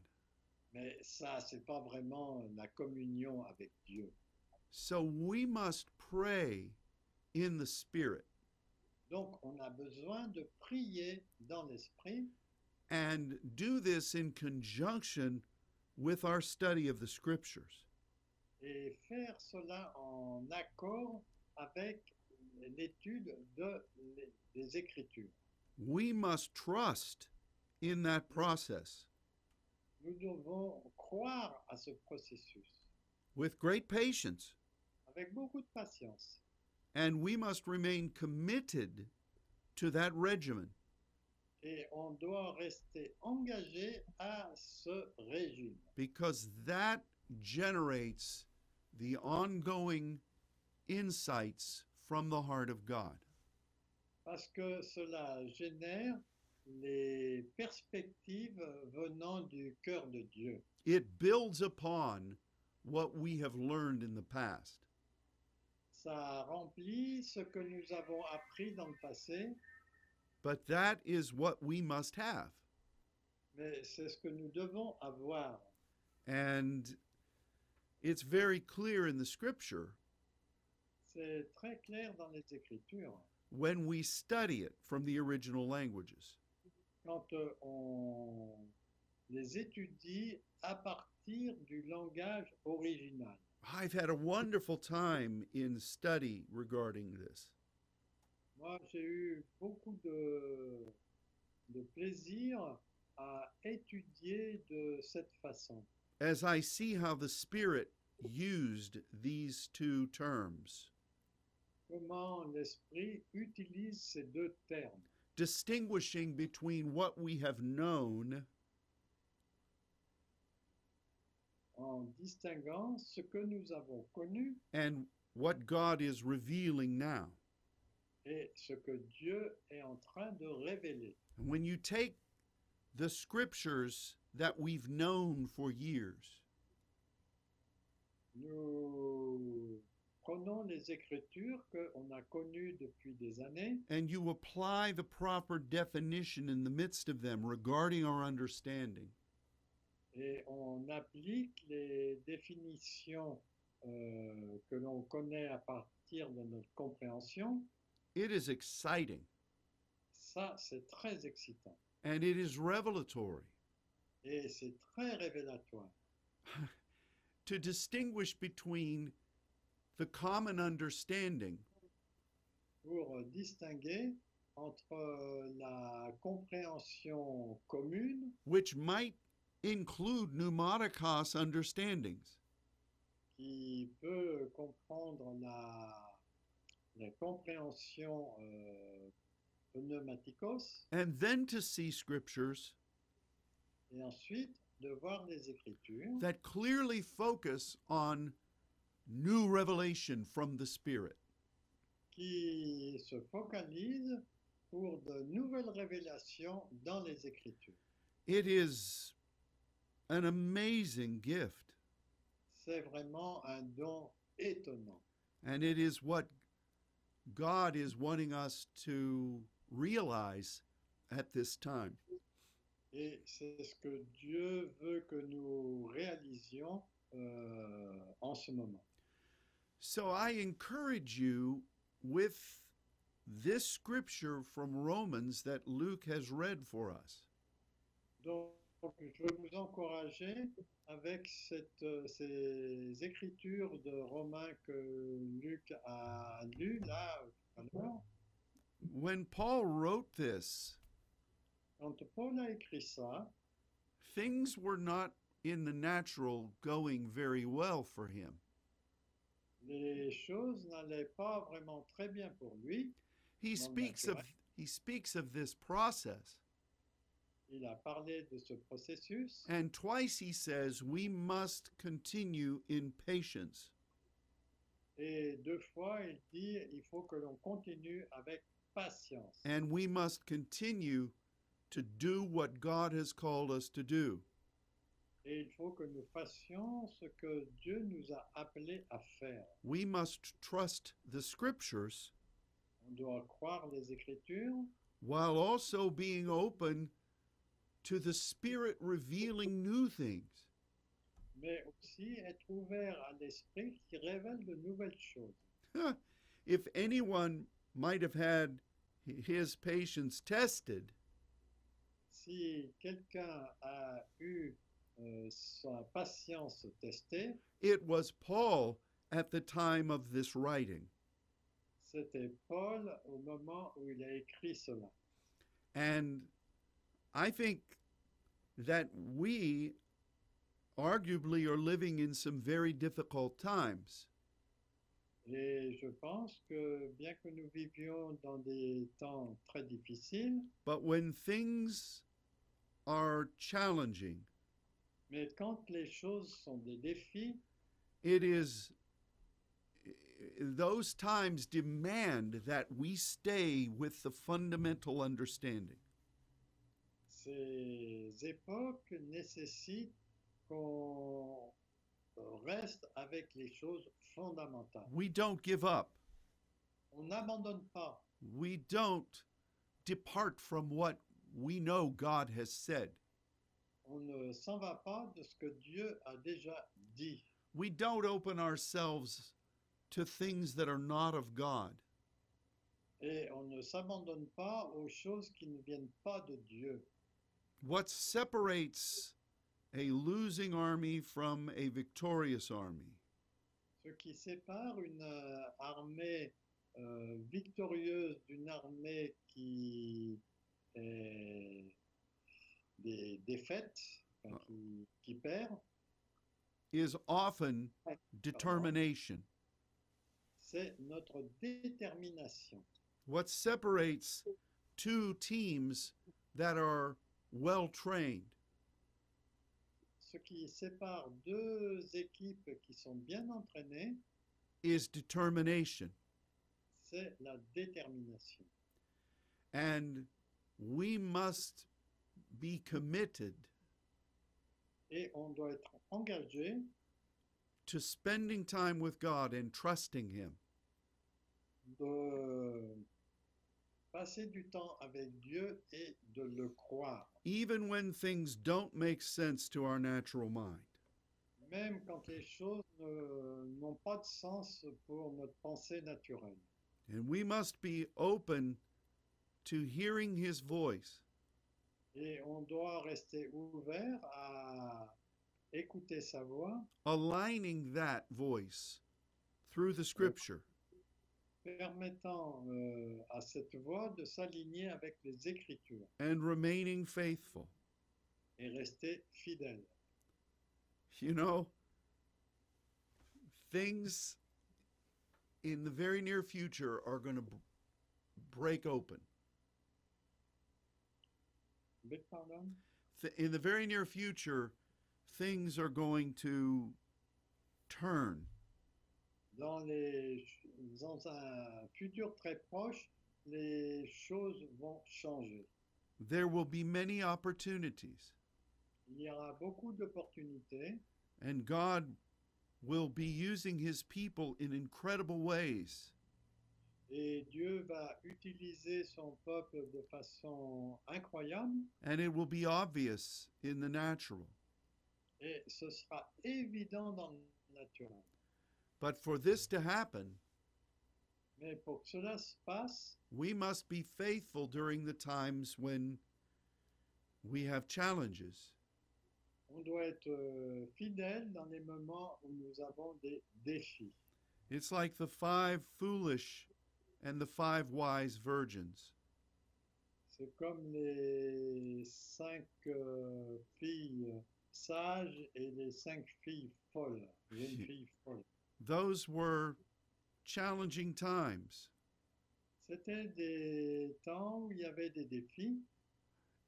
Speaker 2: Mais ça, c'est pas vraiment la communion avec Dieu.
Speaker 1: So we must pray in the Spirit
Speaker 2: Donc, on a besoin de prier dans l'esprit
Speaker 1: and do this in conjunction with our study of the Scriptures.
Speaker 2: et faire cela en accord avec l'étude de- des Écritures.
Speaker 1: We must trust in that process
Speaker 2: Nous devons croire à ce processus
Speaker 1: with great patience,
Speaker 2: avec beaucoup de patience
Speaker 1: and we must remain committed to that regimen.
Speaker 2: et on doit rester engagé à ce régime
Speaker 1: because that generates the ongoing insights from the heart of God.
Speaker 2: parce que cela génère les perspectives venant du cœur de Dieu.
Speaker 1: It builds upon what we have learned in the past.
Speaker 2: Ça remplit ce que nous avons appris dans le passé,
Speaker 1: But that is what we must have.
Speaker 2: mais c'est ce que nous devons avoir.
Speaker 1: And it's very clear in the scripture
Speaker 2: C'est très clair dans les Écritures.
Speaker 1: when we study it from the original languages.
Speaker 2: Quand euh, on les étudie à partir du langage original.
Speaker 1: I've had a wonderful time in study regarding this.
Speaker 2: Moi, j'ai eu beaucoup de, de plaisir à étudier de cette façon.
Speaker 1: As I see how the Spirit used these two terms,
Speaker 2: Comment l'esprit utilise ces deux termes,
Speaker 1: distinguishing between what we have known
Speaker 2: en distinguant ce que nous avons connu
Speaker 1: and what God is revealing now.
Speaker 2: et ce que Dieu est en train de révéler.
Speaker 1: And When you take the scriptures that we've known for years
Speaker 2: Nous prenons les écritures qu'on a connues depuis des années
Speaker 1: and you apply the proper definition in the midst of them regarding our understanding,
Speaker 2: et on applique les définitions euh, que l'on connaît à partir de notre compréhension.
Speaker 1: it is exciting
Speaker 2: Ça, c'est très excitant
Speaker 1: and it is revelatory.
Speaker 2: et c'est très révélatoire.
Speaker 1: to distinguish between the common understanding
Speaker 2: pour distinguer entre la compréhension commune
Speaker 1: which might include pneumaticos understandings
Speaker 2: qui peut comprendre la, la compréhension euh, pneumaticos
Speaker 1: and then to see scriptures
Speaker 2: et ensuite de voir les écritures
Speaker 1: that clearly focus on new revelation from the spirit
Speaker 2: qui se focalisent pour de nouvelles révélations dans les écritures.
Speaker 1: it is an amazing gift
Speaker 2: C'est vraiment un don étonnant
Speaker 1: and it is what god is wanting us to realize at this time
Speaker 2: et c'est ce que Dieu veut que nous réalisions euh, en ce moment.
Speaker 1: So I encourage you with this scripture from Romans that Luke has read for us.
Speaker 2: Donc, je veux vous encourager avec cette, euh, ces écritures de Romains que Luc a lues là tout à l'heure.
Speaker 1: When Paul wrote this,
Speaker 2: Quand Paul a écrit ça,
Speaker 1: things were not in the natural going very well for him.
Speaker 2: les choses n'allaient pas vraiment très bien pour lui.
Speaker 1: He
Speaker 2: Well,
Speaker 1: speaks
Speaker 2: that's
Speaker 1: of
Speaker 2: right.
Speaker 1: he speaks of this process
Speaker 2: Il a parlé de ce processus
Speaker 1: and twice he says we must continue in patience.
Speaker 2: et deux fois il dit il faut que l'on continue avec patience
Speaker 1: and we must continue to do what God has called us to do.
Speaker 2: et il faut que nous fassions ce que Dieu nous a appelés à faire.
Speaker 1: We must trust the scriptures
Speaker 2: On doit croire les écritures
Speaker 1: while also being open to the Spirit revealing new things.
Speaker 2: mais aussi être ouvert à l'esprit qui révèle de nouvelles choses.
Speaker 1: if anyone might have had his patience tested,
Speaker 2: Si quelqu'un a eu euh, sa patience testée,
Speaker 1: it was Paul at the time of this writing.
Speaker 2: c'était Paul au moment où il a écrit cela.
Speaker 1: And I think that we arguably are living in some very difficult times.
Speaker 2: Et je pense que bien que nous vivions dans des temps très difficiles,
Speaker 1: But when things are challenging,
Speaker 2: mais quand les choses sont des défis,
Speaker 1: it is those times demand that we stay with the fundamental understanding.
Speaker 2: ces époques nécessitent qu'on reste avec les choses fondamentales.
Speaker 1: We don't give up.
Speaker 2: On n'abandonne pas.
Speaker 1: We don't depart from what we know God has said.
Speaker 2: on ne s'en va pas de ce que Dieu a déjà dit.
Speaker 1: We don't open ourselves to things that are not of God.
Speaker 2: Et on ne s'abandonne pas aux choses qui ne viennent pas de Dieu.
Speaker 1: What separates a losing army from a victorious army
Speaker 2: Ce qui sépare une euh, armée euh, victorieuse d'une armée qui est des défaites, enfin, qui, qui perd,
Speaker 1: is often determination.
Speaker 2: c'est notre détermination.
Speaker 1: What separates two teams that are well trained
Speaker 2: Ce qui sépare deux équipes qui sont bien entraînées,
Speaker 1: is determination.
Speaker 2: c'est la détermination.
Speaker 1: And we must be committed
Speaker 2: Et on doit être engagé
Speaker 1: to spending time with God and trusting Him.
Speaker 2: de passer du temps avec Dieu et de le croire,
Speaker 1: even when things don't make sense to our natural mind.
Speaker 2: même quand les choses ne- n'ont pas de sens pour notre pensée naturelle.
Speaker 1: And we must be open to hearing his voice
Speaker 2: Et on doit rester ouvert à écouter sa voix,
Speaker 1: aligning that voice through the scripture
Speaker 2: permettant euh, à cette voix de s'aligner avec les Écritures
Speaker 1: and remaining faithful.
Speaker 2: et rester fidèle.
Speaker 1: You know, things in the very near future are going to b- break open.
Speaker 2: Mais pardon
Speaker 1: Th- in the very near future, things are going to turn.
Speaker 2: dans, les, dans un futur très proche, les choses vont changer.
Speaker 1: There will be many opportunities.
Speaker 2: Il y aura beaucoup d'opportunités
Speaker 1: And God will be using his people in incredible ways.
Speaker 2: et Dieu va utiliser son peuple de façon incroyable
Speaker 1: And it will be obvious in the natural.
Speaker 2: et ce sera évident dans le naturel.
Speaker 1: But for this to happen,
Speaker 2: Mais pour que cela se passe,
Speaker 1: we must be faithful during the times when we have challenges.
Speaker 2: on doit être euh, fidèle dans les moments où nous avons des défis.
Speaker 1: It's like the five foolish and the five wise virgins.
Speaker 2: C'est comme les cinq euh, filles sages et les cinq filles folles. Jeunes filles folles.
Speaker 1: Those were challenging times.
Speaker 2: C'était des temps où il y avait des défis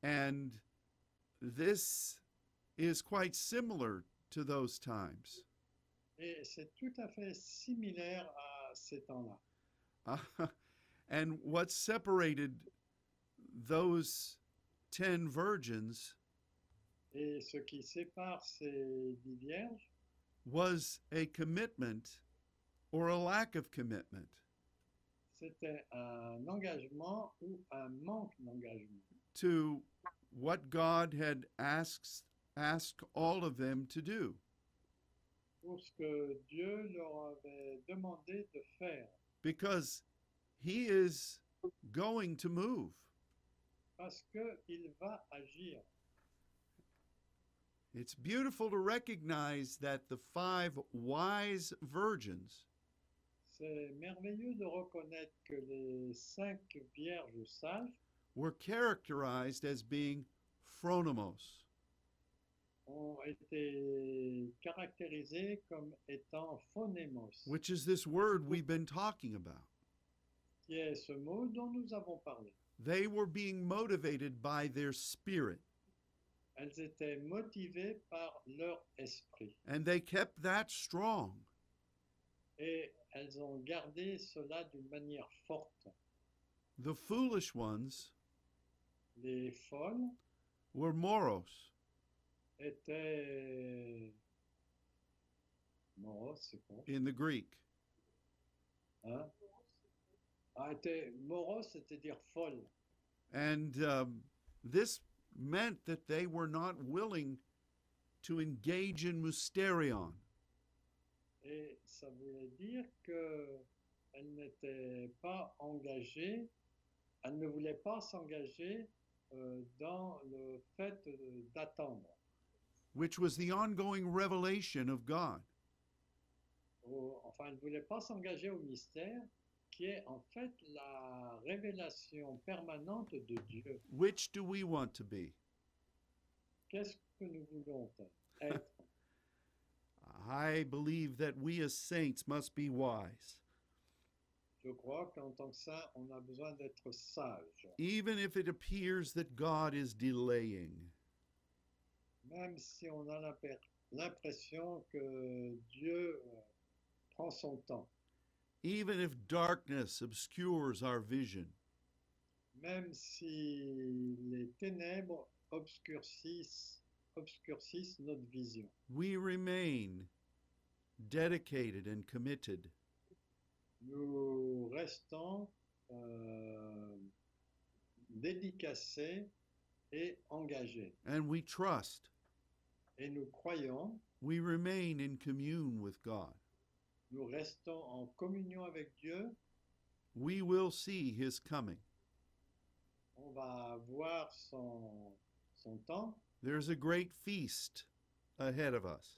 Speaker 1: And this is quite similar to those times.
Speaker 2: et c'est tout à fait similaire à ces temps-là.
Speaker 1: Uh, and what separated those 10 virgins
Speaker 2: Et ce qui sépare ces dix vierges,
Speaker 1: was a commitment or a lack of commitment.
Speaker 2: c'était un engagement ou un manque d'engagement
Speaker 1: to what God had asked asked all of them to do.
Speaker 2: pour ce que Dieu leur avait demandé de faire.
Speaker 1: Because he is going to move.
Speaker 2: Parce qu'il va agir.
Speaker 1: It's beautiful to recognize that the five wise virgins
Speaker 2: C'est merveilleux de reconnaître que les cinq vierges sages
Speaker 1: were characterized as being phronimos.
Speaker 2: ont été caractérisées comme étant phonémos,
Speaker 1: which is this word we've been talking about.
Speaker 2: qui est ce mot dont nous avons parlé.
Speaker 1: They were being motivated by their spirit,
Speaker 2: Elles étaient motivées par leur esprit
Speaker 1: and they kept that strong.
Speaker 2: et elles ont gardé cela d'une manière forte.
Speaker 1: The foolish ones
Speaker 2: Les folles
Speaker 1: were moros,
Speaker 2: étaient moroses, c'est quoi
Speaker 1: in the Greek,
Speaker 2: hein? ah, étaient- Moroses, c'était dire folle.
Speaker 1: and um, this meant that they were not willing to engage in mysterion.
Speaker 2: Et ça voulait dire qu'elle n'était pas engagée, elle ne voulait pas s'engager euh, dans le fait de- d'attendre,
Speaker 1: which was the ongoing revelation of God.
Speaker 2: au- enfin, elle ne voulait pas s'engager au mystère qui est en fait la révélation permanente de Dieu.
Speaker 1: Which do we want to be?
Speaker 2: Qu'est-ce que nous voulons être
Speaker 1: I believe that we as saints must be wise,
Speaker 2: Je crois qu'en tant que saint, on a besoin d'être sage,
Speaker 1: even if it appears that God is delaying.
Speaker 2: même si on a l'imper- l'impression que Dieu euh, prend son temps.
Speaker 1: Even if darkness obscures our vision,
Speaker 2: même si les ténèbres obscurcissent, obscurcissent notre vision.
Speaker 1: we remain dedicated and committed.
Speaker 2: Nous restons euh, dédicacés et engagés.
Speaker 1: And we trust,
Speaker 2: Et nous croyons,
Speaker 1: we remain in commune with God.
Speaker 2: nous restons en communion avec Dieu.
Speaker 1: We will see his coming.
Speaker 2: On va voir son, son temps.
Speaker 1: There's a great feast ahead of us.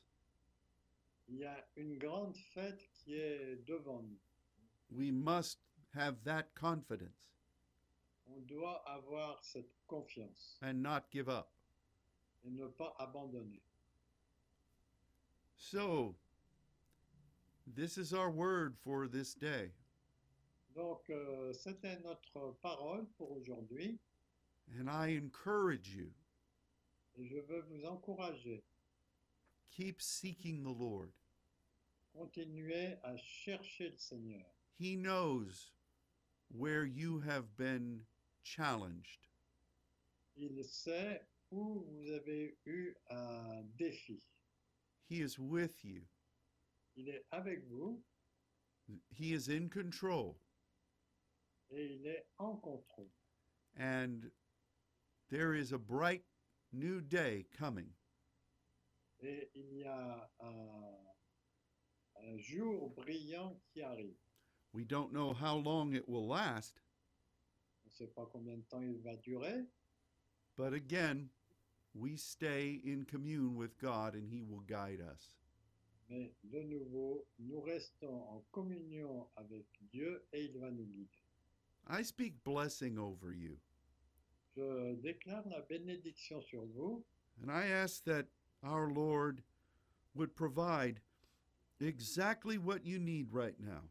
Speaker 2: Il y a une grande fête qui est devant nous.
Speaker 1: We must have that confidence
Speaker 2: On doit avoir cette confiance
Speaker 1: and not give up.
Speaker 2: et ne pas abandonner.
Speaker 1: So, this is our word for this day.
Speaker 2: Donc, euh, c'était notre parole pour aujourd'hui
Speaker 1: And I encourage you
Speaker 2: et je veux vous encourager.
Speaker 1: keep seeking the Lord.
Speaker 2: Continuez à chercher le Seigneur.
Speaker 1: He knows where you have been challenged,
Speaker 2: Il sait où vous avez eu un défi.
Speaker 1: He is with you,
Speaker 2: Il est avec vous
Speaker 1: He is in control.
Speaker 2: et il est en contrôle.
Speaker 1: And there is a bright new day coming.
Speaker 2: Et il y a un, un jour brillant qui arrive.
Speaker 1: We don't know how long it will last,
Speaker 2: On ne sait pas combien de temps il va durer,
Speaker 1: but again, we stay in commune with God and He will guide us.
Speaker 2: mais de nouveau, nous restons en communion avec Dieu et il va nous guider.
Speaker 1: I speak blessing over you.
Speaker 2: Je déclare la bénédiction sur vous
Speaker 1: And I ask that our Lord would provide exactly what you need right now.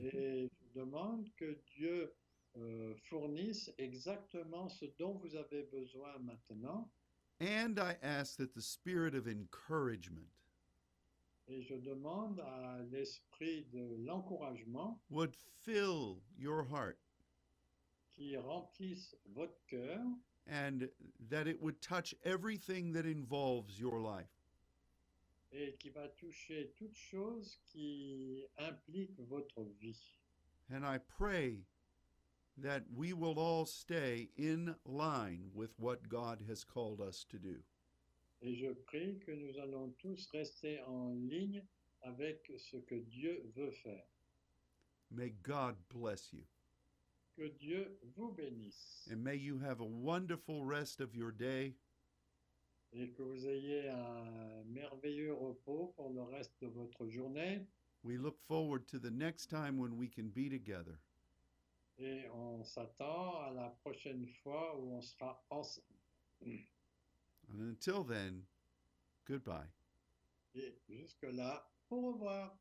Speaker 2: et je demande que Dieu euh, fournisse exactement ce dont vous avez besoin maintenant
Speaker 1: And I ask that the spirit of encouragement
Speaker 2: et je demande à l'esprit de l'encouragement
Speaker 1: would fill your heart
Speaker 2: qui remplisse votre cœur
Speaker 1: and that it would touch everything that involves your life.
Speaker 2: et qui va toucher toute chose qui implique votre vie.
Speaker 1: And I pray that we will all stay in line with what God has called us to do.
Speaker 2: Et je prie que nous allons tous rester en ligne avec ce que Dieu veut faire.
Speaker 1: May God bless you.
Speaker 2: Que Dieu vous bénisse.
Speaker 1: And may you have a wonderful rest of your day.
Speaker 2: et que vous ayez un merveilleux repos pour le reste de votre journée
Speaker 1: We look forward to the next time when we can be together.
Speaker 2: et on s'attend à la prochaine fois où on sera ensemble.
Speaker 1: And until then, goodbye.
Speaker 2: Et jusque-là, au revoir.